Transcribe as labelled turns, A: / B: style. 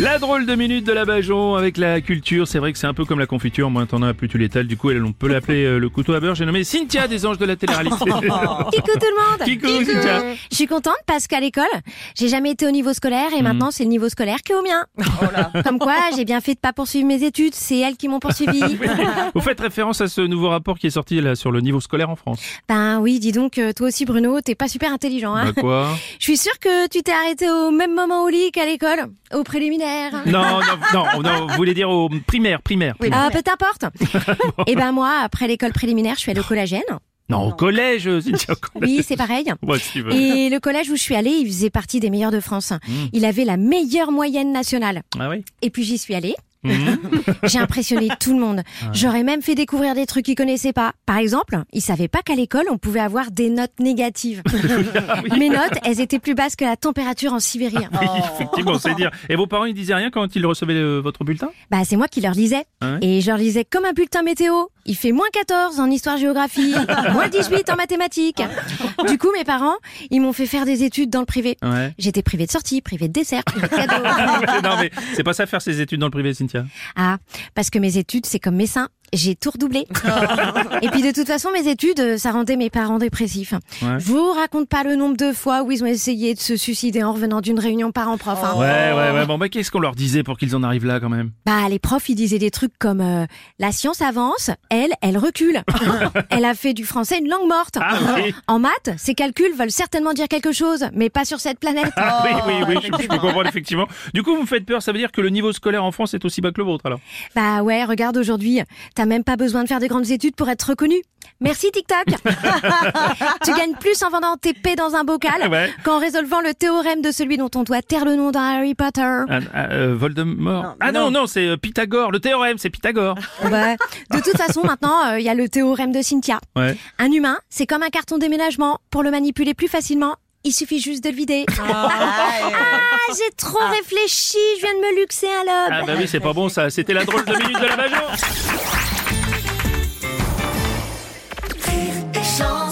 A: La drôle de minute de la Bajon avec la culture, c'est vrai que c'est un peu comme la confiture, moins t'en as plus tu l'étales, du coup elle, on peut l'appeler euh, le couteau à beurre, j'ai nommé Cynthia des anges de la télé-réalité.
B: Kikou tout le monde
A: Kikou, Cynthia.
B: Je suis contente parce qu'à l'école, j'ai jamais été au niveau scolaire et maintenant c'est le niveau scolaire qui est au mien. Comme quoi, j'ai bien fait de pas poursuivre mes études, c'est elles qui m'ont poursuivi.
A: Vous faites référence à ce nouveau rapport qui est sorti là sur le niveau scolaire en France.
B: ben oui, dis donc, euh, toi aussi Bruno, t'es pas super intelligent. Hein
A: Bah quoi
B: Je suis sûre que tu t'es arrêté au même moment au lit qu'à l'école, au préliminaire.
A: Non, non, non, non, vous voulez dire au primaire, primaire. primaire.
B: Ah, peu t'importe. et ben moi, après l'école préliminaire, je suis allée au collagène.
A: Non, au collège, euh, Cynthia, au collège.
B: Oui, c'est pareil.
A: Moi, si tu veux.
B: Et le collège où je suis allée, il faisait partie des meilleurs de France. Il avait la meilleure moyenne nationale.
A: Ah oui Mhm.
B: Et puis j'y suis allée. J'ai impressionné tout le monde. J'aurais même fait découvrir des trucs qu'ils connaissaient pas. Par exemple, ils savaient pas qu'à l'école on pouvait avoir des notes négatives. Mes notes, elles étaient plus basses que la température en Sibérie.
A: Oui, Effectivement, c'est dire. Et vos parents, ils disaient rien quand ils recevaient euh, votre bulletin
B: Bah c'est moi qui leur lisais
A: Ah ouais
B: et je leur lisais comme un bulletin météo. Il fait moins 14 en histoire-géographie, moins 18 en mathématiques. Du coup, mes parents, ils m'ont fait faire des études dans le privé.
A: Ouais.
B: J'étais privée de sortie, privée de dessert, privée de cadeaux.
A: non, mais c'est pas ça faire ses études dans le privé, Cynthia.
B: Ah, parce que mes études, c'est comme mes seins. J'ai tout redoublé. Et puis de toute façon, mes études, euh, ça rendait mes parents dépressifs.
A: Ouais.
B: Je vous raconte pas le nombre de fois où ils ont essayé de se suicider en revenant d'une réunion parents-prof. hein.
A: Ouais, ouais, ouais. Bon, bah, qu'est-ce qu'on leur disait pour qu'ils en arrivent là, quand même
B: Bah, les profs, ils disaient des trucs comme euh, la science avance, elle, elle recule. elle a fait du français une langue morte.
A: Ah oui.
B: En maths, ses calculs veulent certainement dire quelque chose, mais pas sur cette planète.
A: Ah oui, oui, oui, je- je, peux comprendre, effectivement. Du coup, vous me faites peur, ça veut dire que le niveau scolaire en France est aussi bas que le vôtre, alors
B: Bah ouais, regarde aujourd'hui, t'as même pas besoin de faire des grandes études pour être reconnu. Merci TikTok. tu gagnes plus en vendant tes paix dans un bocal
A: Ah, Ouais.
B: qu'en résolvant le théorème de celui dont on doit taire le nom dans Harry Potter.
A: Ah, ah, euh, Voldemort. ah non, non, c'est euh, Pythagore, le théorème, c'est Pythagore.
B: Ouais. Bah, De toute façon, maintenant, euh, il y a le théorème de Cynthia.
A: Ouais.
B: Un humain, c'est comme un carton déménagement. Pour le manipuler plus facilement, il suffit juste de le vider. ah, j'ai trop réfléchi, je viens de me luxer un lobe.
A: Ah bah oui, c'est pas bon ça, c'était la drôle de minute de la Bajon
C: Rire et chanson.